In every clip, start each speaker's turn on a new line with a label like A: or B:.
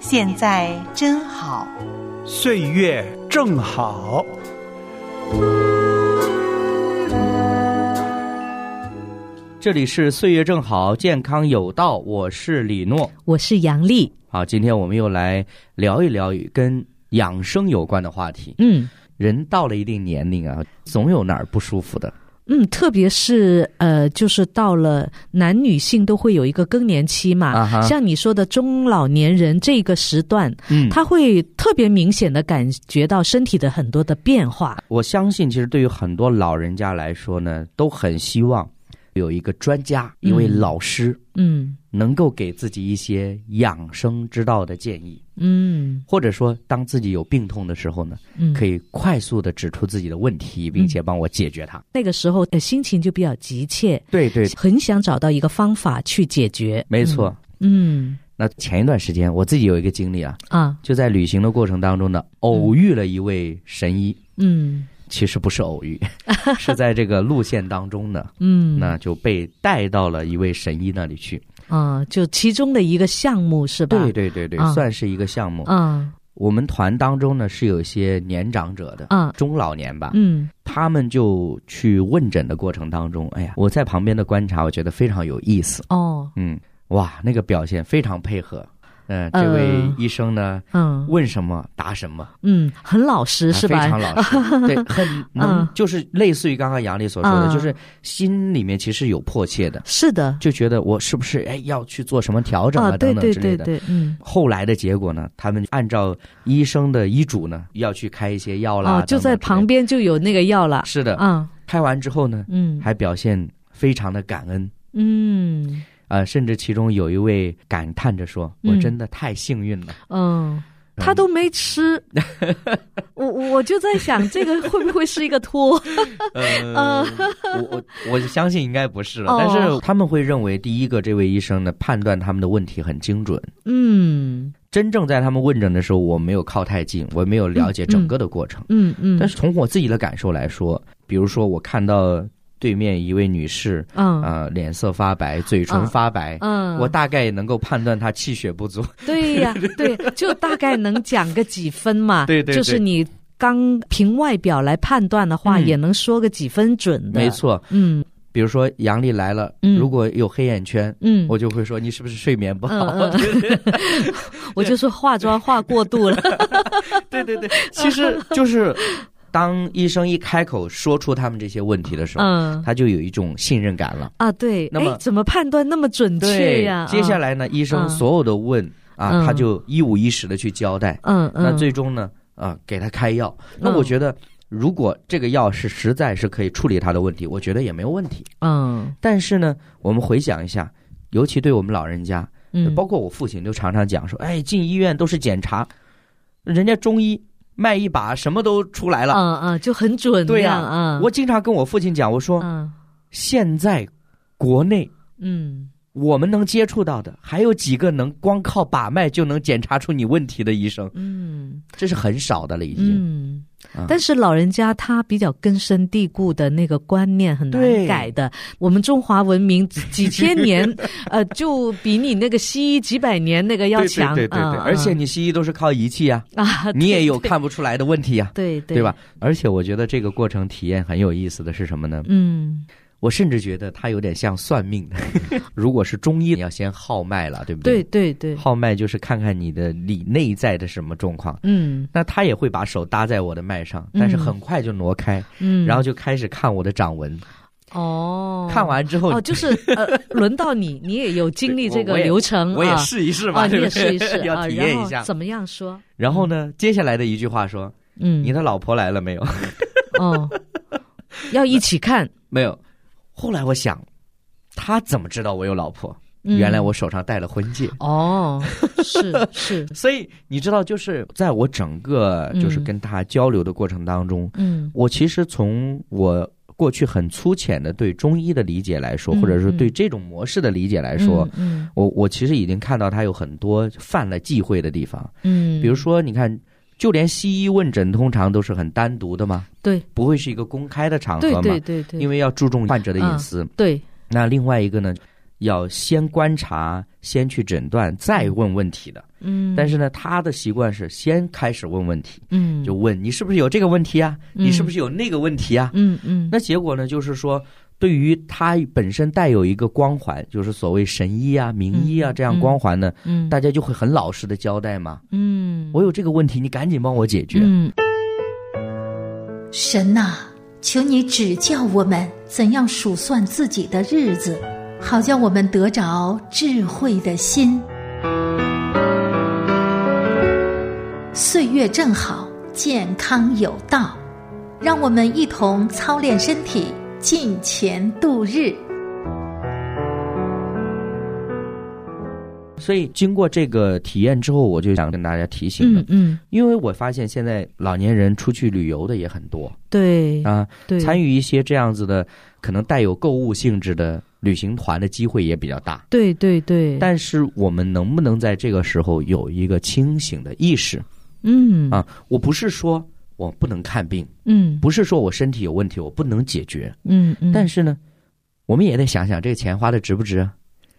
A: 现在真好。
B: 岁月正好。
C: 这里是岁月正好，健康有道，我是李诺。
D: 我是杨丽。
C: 好，今天我们又来聊一聊与跟养生有关的话题。
D: 嗯
C: 人到了一定年龄啊，总有哪儿不舒服的。
D: 嗯，特别是呃，就是到了男女性都会有一个更年期嘛，
C: 啊哈
D: 像你说的中老年人这个时段，
C: 嗯
D: 他会特别明显的感觉到身体的很多的变化。
C: 我相信，其实对于很多老人家来说呢，都很希望有一个专家，一位
D: 嗯
C: 老师，
D: 嗯
C: 能够给自己一些养生之道的建议，
D: 嗯
C: 或者说，当自己有病痛的时候呢，
D: 嗯，
C: 可
D: 以。
C: 以快速的指出自己的问题，并且帮我解决它。
D: 那个时候呃心情就比较急切，
C: 对对，
D: 很想找到一个方法去解决。
C: 没错。
D: 嗯。
C: 那前一段时间，我自己有一个经历啊，
D: 嗯啊，
C: 就在旅行的过程当中呢，偶遇了一位神医。
D: 嗯
C: 其实不是偶遇， 是在这个路线当中呢，
D: 嗯，
C: 那就被带到了一位神医那里去。
D: 啊，就其中的一个项目是吧？
C: 对对对对，
D: 啊
C: 算是一个项目。
D: 啊
C: 我们团当中呢是有一些年长者的，
D: 啊
C: 中老年吧，
D: 嗯
C: 他们就去问诊的过程当中，哎呀，我在旁边的观察，我觉得非常有意思。
D: 哦
C: 嗯，哇，那个表现非常配合。嗯、这位
D: 呃
C: 医生呢，
D: 嗯
C: 问什么答什么，
D: 嗯，很老实是
C: 哎啊非
D: 吧
C: 常？老实， 对，很能
D: 嗯，
C: 就是类似于刚刚杨丽所说的，
D: 嗯
C: 就是心里面其实有迫切的，
D: 是的，
C: 就觉得我是不是哎要去做什么调整啊
D: 啊，对
C: 等等
D: 对
C: 之类
D: 对
C: 的。
D: 对，嗯，
C: 后来的结果呢，他们按照医生的医嘱呢，要去开一些药啦，
D: 哦，
C: 等等
D: 就
C: 之类
D: 在
C: 的
D: 旁。边就有那个药了，
C: 是的，
D: 啊，
C: 开完之后呢，
D: 嗯
C: 还表现非常的感恩。
D: 嗯
C: 啊，甚至其中有一位感叹着说：“我
D: 嗯
C: 真的太幸运了。
D: 嗯。他都 没吃，我我就在想，这个会不会是一个 托？啊
C: 呃， 我我我相信应该不是了，
D: 哦
C: 但是他们会认为，第一个这位医生呢判断他们的问题很精准。
D: 嗯
C: 真正在他们问诊的时候，我没有靠太近，我没有了解整个的过程。
D: 嗯嗯，
C: 但是从我自己的感受来说，比如说我看到对面一位女士，
D: 嗯
C: 呃，脸色发白，嘴唇
D: 嗯
C: 发白，
D: 嗯，
C: 我大概也能够判断她气血不足。
D: 对呀，对，就大概能讲个几分 嘛。
C: 对对对
D: 就是你刚凭外表来判断的话，
C: 嗯
D: 也能说个几分准的。
C: 没，错，
D: 嗯
C: 比如说杨丽来了，
D: 嗯
C: 如果有黑眼圈，
D: 嗯，
C: 我就会说你是不是睡眠不好？
D: 嗯我就说化妆化过度了。
C: 对对对，其 实
D: 嗯
C: 就是当医生一开口说出他们这些问题的时候，
D: 嗯
C: 他就有一种信任感了。
D: 啊，对，
C: 那么
D: 哎，怎么判断那么准嗯确呀？啊
C: 接下来呢，医生所有的问啊，
D: 嗯
C: 他就一五一十的去交代。
D: 嗯，嗯
C: 那
D: 嗯，
C: 最终呢，啊，给他开药。那
D: 嗯
C: 我觉得。如果这个药是实在是可以处理他的问题，我觉得也没有问题。
D: 嗯
C: 但是呢，我们回想一下，尤其对我们老人家，
D: 嗯，
C: 包括我父亲就常常讲说，哎，进医院都是检查，人家中医卖一把什么都出来了。
D: 嗯嗯，就很准
C: 对
D: 那
C: 呀
D: 样啊。
C: 我经常跟我父亲讲，我说、
D: 嗯
C: 现在国内
D: 嗯
C: 我们能接触到的，还有几个能光靠把脉就能检查出你问题的医生，
D: 嗯
C: 这是很少的了已经。
D: 嗯。
C: 啊
D: 但是老人家他比较根深蒂固的那个观念很
C: 对
D: 难改的。我们中华文明几 千年，呃，就比你那个西医几百年那个要强
C: 对对对对对
D: 嗯
C: 而且
D: 嗯
C: 你西医都是靠仪器呀、
D: 啊，
C: 你也有看不出来的问题呀、
D: 对对
C: 对吧？？而且我觉得这个过程体验很有意思的是什么呢？
D: 嗯，
C: 我甚至觉得它有点像算命。 如果是中医，你要先号脉了，对不
D: 对？对对，
C: 号脉就是看看你的里内在的什么状况。
D: 嗯
C: 那他也会把手搭在我的脉上，但是很快就挪开，
D: 嗯，
C: 然后就开始看我的掌纹。
D: 哦，
C: 看完之后，
D: 哦，就是 呃，轮到你，你也有经历
C: 对
D: 这
C: 我
D: 个
C: 我也
D: 流程
C: 我也
D: 啊
C: 试一试吧，
D: 啊，你
C: 对不
D: 也
C: 对
D: 试一试
C: 要
D: 啊，
C: 体验
D: 然
C: 一
D: 后
C: 下。
D: 怎么样说？
C: 然后呢，接下来的一句话说：“
D: 嗯，
C: 你的老婆来了没有
D: 哦，要一起看，？”
C: 没有。后来我想，他怎么知道我有老婆？
D: 嗯
C: 原来我手上戴了婚戒。
D: 哦，是是，
C: 所以你知道，就是在我整个就是
D: 嗯
C: 跟他交流的过程当中，
D: 嗯
C: 我其实从我过去很粗浅的对中医的理解来说，
D: 嗯
C: 或者是
D: 嗯
C: 对这种模式的理解 来说，
D: 嗯
C: 我我其实已经看到他有很多犯了忌讳的地方。
D: 嗯，
C: 比如说，你看，就连西医问诊通常都是很单独的嘛，
D: 对
C: 不会是一个公开的场合
D: 对
C: 嘛，
D: 对对对，嗯
C: 因
D: 为
C: 为要注重患者的隐私。
D: 对
C: 那另外一个呢，要先观察，先去诊断，再问问题的。
D: 嗯，
C: 但是呢，他的习惯是先开始问问题，
D: 嗯
C: 就问你是不是有这个问题啊，
D: 嗯
C: 你是不是有那个问题啊？
D: 嗯嗯
C: 那结果呢，就是说，对于他本身带有一个光环，就是所谓神医啊、名医啊
D: 嗯
C: 这样光环呢，
D: 嗯
C: 大家就会很老实的交代嘛。
D: 嗯
C: 我有这个问题，你赶紧帮我解决。
D: 嗯
E: 神呐、求你指教我们怎样数算自己的日子，好叫我们得着智慧的心。岁月正好，健康有道，让我们一同操练身体，尽前度日。
C: 所以经过这个体验之后，我就想跟大家提醒了，
D: 嗯嗯，
C: 因为我发现现在老年人出去旅游的也很多
D: 对
C: 啊，
D: 对，
C: 参
D: 与
C: 与一些这样子的可能带有购物性质的旅行团的机会也比较大。
D: 对对对，
C: 但是我们能不能在这个时候有一个清醒的意识
D: 嗯
C: 啊？我不是说我不能看病，
D: 嗯
C: 不是说我身体有问题我不能解决，
D: 嗯嗯，
C: 但
D: 是
C: 是呢，我们也得想想这个钱花的值不值啊，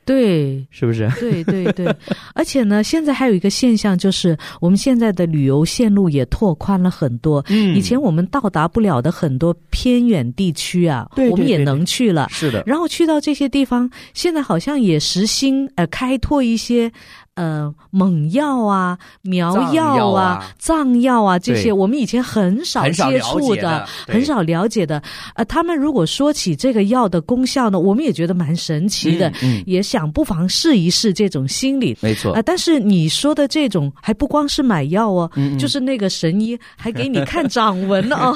D: 对
C: 是不是？
D: 对对对，而且呢，现在还有一个现象，就是我们现在的旅游线路也拓宽了很多。
C: 嗯
D: 以前我们到达不了的很多偏远地区啊，
C: 对对
D: 我们也
C: 对对
D: 能去了。
C: 是的，
D: 然后去到这些地方，现在好像也实行呃开拓一些呃猛药啊、苗
C: 藏
D: 药
C: 药
D: 啊
C: 啊、
D: 藏药啊这些，
C: 对
D: 我们以前很少
C: 很少
D: 接
C: 了
D: 触
C: 解的对
D: 很少了解的。呃，他们如果说起这个药的功效呢，我们也觉得蛮神奇的，
C: 嗯嗯
D: 也想不妨试一试这种心理。
C: 没错
D: 啊、，但是你说的这种还不光是买药哦，
C: 嗯嗯
D: 就是那个神医还给你看掌纹 哦，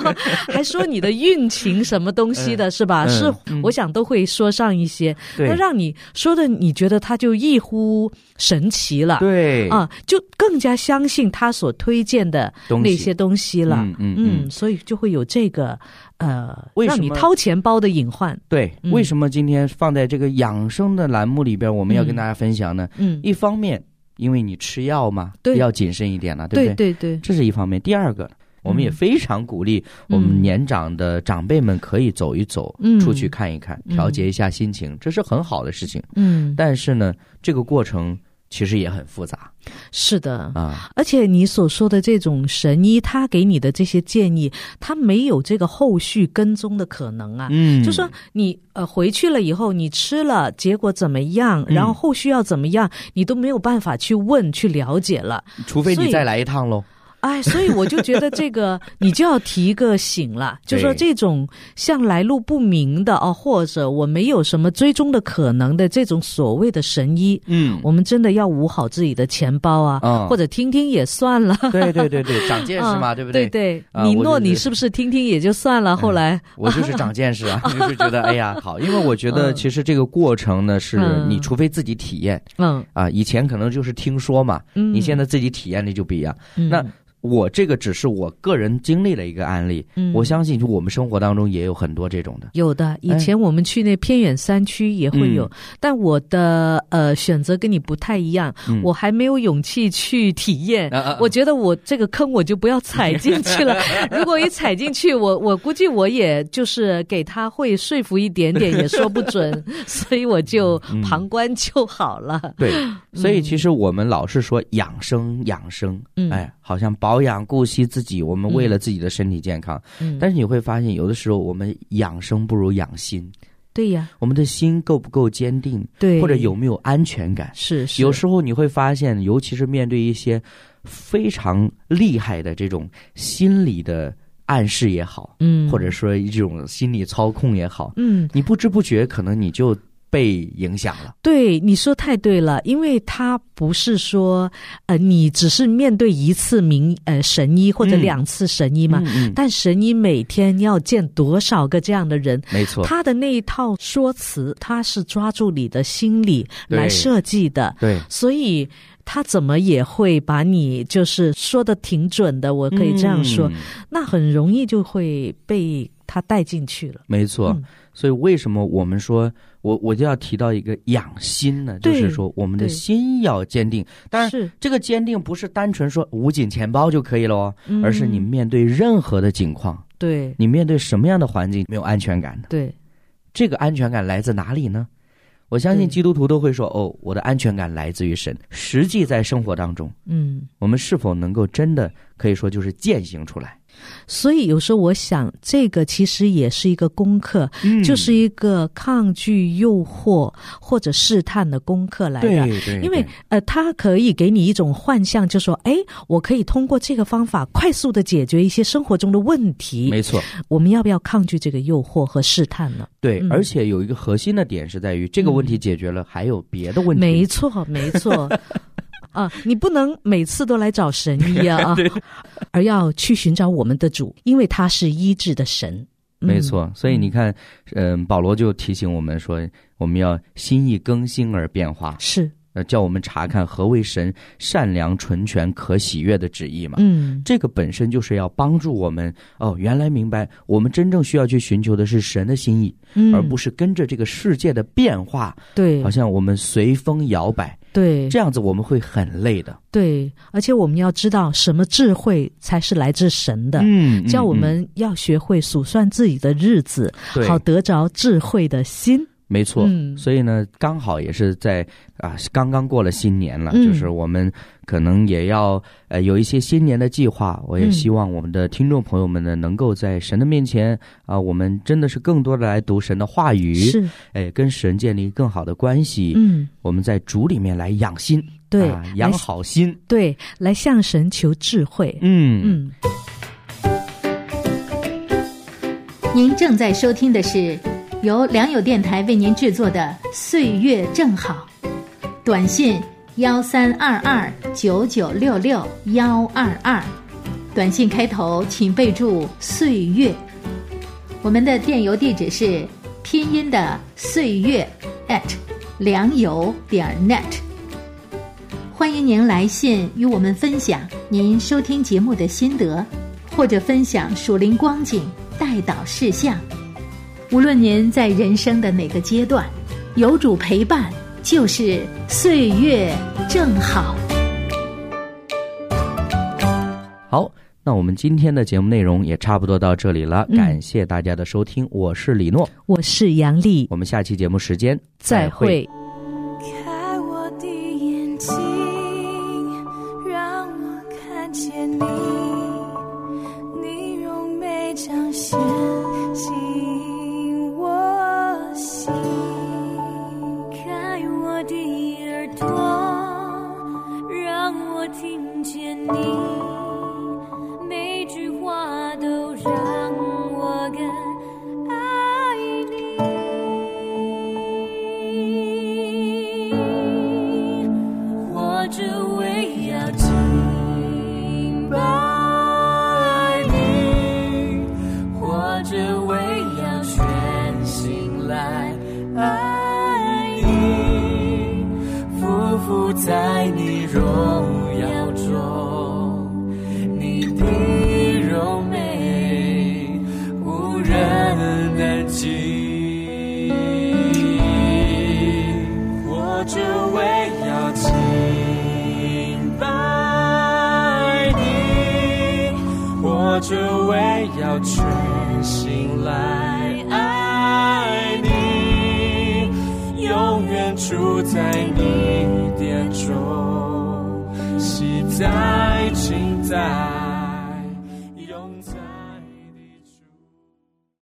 D: 还说你的运情什么东西的，是吧？
C: 嗯
D: 是
C: 嗯，
D: 我想都会说上一些，那
C: 对
D: 让你说的，你觉得他就异乎神奇了，
C: 对
D: 啊，就更加相信他所推荐的
C: 东
D: 那
C: 西
D: 些东西了。
C: 嗯嗯
D: 嗯，所以就会有这个呃，
C: 为什
D: 让
C: 么
D: 你掏钱包的隐患。
C: 对，
D: 嗯
C: 为什么今天放在这个养生的栏目里边，我们要
D: 嗯
C: 跟大家分享呢？
D: 嗯，
C: 一方面，因为你吃药嘛，
D: 对
C: 要谨慎一点了，不
D: 对
C: 对？
D: 对对，
C: 这是一方面。第二个，我们也非常鼓励我
D: 嗯
C: 们年长的长辈们可以走一走，
D: 嗯
C: 出去看一看，
D: 嗯
C: 调节一下心情，这是很好的事情。
D: 嗯，
C: 但是呢，这个过程其实也很复杂
D: 是的。
C: 啊。
D: 而且你所说的这种神医，他给你的这些建议，他没有这个后续跟踪的可能啊。
C: 嗯，
D: 就说你呃回去了以后，你吃了，结果怎么样？
C: 嗯
D: 然后后续要怎么样，你都没有办法去问去了解了。
C: 除非
D: 所以
C: 你再来一趟喽。
D: 哎，所以我就觉得这个你就要提一个 醒了，就
C: 对
D: 说这种像来路不明的啊，或者我没有什么追踪的可能的这种所谓的神医。
C: 嗯，
D: 我们真的要捂好自己的钱包啊，
C: 嗯
D: 或者听听也算了。
C: 对对对对，长见识嘛，
D: 嗯
C: 对不
D: 对
C: 对？
D: 对，
C: 啊
D: 你
C: 我
D: 诺
C: 就
D: 你
C: 是
D: 是不是听听也就算了？后来，
C: 我就是长见识 啊，就是觉得哎呀好，因为我觉得其实这个过程呢，是
D: 嗯
C: 你除非自己体验
D: 嗯
C: 啊，以前可能就是听说嘛，
D: 嗯，
C: 你现在自己体验力就不一样。
D: 嗯
C: 那我这个只是我个人经历的一个案例，
D: 嗯
C: 我相信就我们生活当中也有很多这种的。
D: 有的，以
C: 哎
D: 前我们去那偏远山区也会有，
C: 嗯
D: 但我的呃选择跟你不太一样，
C: 嗯
D: 我还没有勇气去体验。
C: 啊啊
D: 我觉得我这个坑我就不要踩进 去了，如果一踩进去，我我估计我也就是给他会说服一点点，也说不 准，所以我就
C: 嗯
D: 旁观就好了。
C: 对，所以其实我们老是说养生养生，
D: 嗯
C: 哎，好像保养顾惜自己，我们为了自己的身体健康，
D: 嗯，
C: 但是你会发现，有的时候我们养生不如养心，
D: 对呀，
C: 我们的心够不够坚定，
D: 对，
C: 或者有没有安全感？
D: 是是
C: 有时候你会发现，尤其是面对一些非常厉害的这种心理的暗示也好，
D: 嗯，
C: 或者说一种心理操控也好，
D: 嗯
C: 你不知不觉可能你就被影响了。
D: 对，你说太对了，因为他不是说，呃，你只是面对一次名呃神医或者
C: 嗯
D: 两次神医嘛，
C: 嗯嗯，
D: 但神医每天要见多少个这样的人？
C: 没错，
D: 他的那一套说辞，他是抓住你的心理
C: 对
D: 来设计的，
C: 对，
D: 所以他怎么也会把你就是说的挺准的，我可以这样说，
C: 嗯
D: 那很容易就会被他带进去了。
C: 没错
D: 嗯，
C: 所以为什么我们说我我就要提到一个养心呢？就
D: 对
C: 是说我们的
D: 对
C: 心要坚定。当然，
D: 是，
C: 这个坚定不是单纯说捂紧钱包就可以了哦，
D: 嗯
C: 而是你面对任何的境况，
D: 对
C: 你面对什么样的环境没有安全感呢？
D: 对
C: 这个安全感来自哪里呢？我相信
D: 对
C: 基督徒都会说：“哦，我的安全感来自于神。”实际在生活当中，
D: 嗯。
C: 我们是否能够真的可以说就是践行出来？
D: 所以有时候我想，这个其实也是一个功课，
C: 嗯
D: 就是一个抗拒诱惑或者试探的功课来
C: 对
D: 的。
C: 对，
D: 因为
C: 对
D: 呃，它可以给你一种幻象，就说，哎，我可以通过这个方法快速的解决一些生活中的问题。
C: 没错，
D: 我们要不要抗拒这个诱惑和试探呢？
C: 对，
D: 嗯
C: 而且有一个核心的点是在于这个问题解决了，还有别的问题。
D: 没错，没 错。啊，你不能每次都来找神医 啊，啊而要去寻找我们的主，因为他是医治的神。嗯
C: 没，错，所以你看，嗯、保罗就提醒我们说，我们要心意更新而变化，
D: 是，
C: 呃，叫我们查看何为神善良、纯全、可喜悦的旨意嘛。
D: 嗯，
C: 这个本身就是要帮助我们哦，原来明白我们真正需要去寻求的是神的心意，
D: 嗯
C: 而不是跟着这个世界的变化，
D: 对
C: 好，像我们随风摇摆，
D: 对，
C: 这样子我们会很累的。
D: 对，而且我们要知道什么智慧才是来自神的，
C: 嗯
D: 叫我们要学会数算自己的日子，
C: 对
D: 好得着智慧的心。
C: 没错，
D: 嗯
C: 所以呢，刚好也是在啊，刚刚过了新年了，
D: 嗯
C: 就是我们可能也要呃有一些新年的计划。我也
D: 嗯
C: 希望我们的听众朋友们呢，能够在神的面前啊、我们真的是更多的来读神的话语，
D: 是，
C: 哎，跟神建立更好的关系。
D: 嗯，
C: 我们在主里面来养心，
D: 对，
C: 啊
D: 来
C: 养好心。
D: 对，来向神求智慧。
C: 嗯
D: 嗯，
E: 您正在收听的是由良友电台为您制作的《岁月正好》，短信幺三二二九九六六幺二二，短信开头请备注“岁月”。我们的电邮地址是拼音的“岁月 ”at 良友点儿 net。欢迎您来信与我们分享您收听节目的心得，或者分享属灵光景、带导事项。无论您在人生的哪个阶段，有主陪伴就是岁月正好。
C: 好，那我们今天的节目内容也差不多到这里了，
D: 嗯
C: 感谢大家的收听，我是李诺，
D: 我是杨丽，
C: 我们下期节目时间
D: 再
C: 会
D: 会。
F: 开我的眼睛，让我看见你，你容美彰显醒我心。开我的耳朵，让我听见你，每句话都让我更爱你。活着为要敬拜你，活着为要全心来爱你，匍匐在你荣耀中，你的柔美无人能及。活着为要敬拜你，活着为要全心来爱你，永远住在你殿中，喜在情在。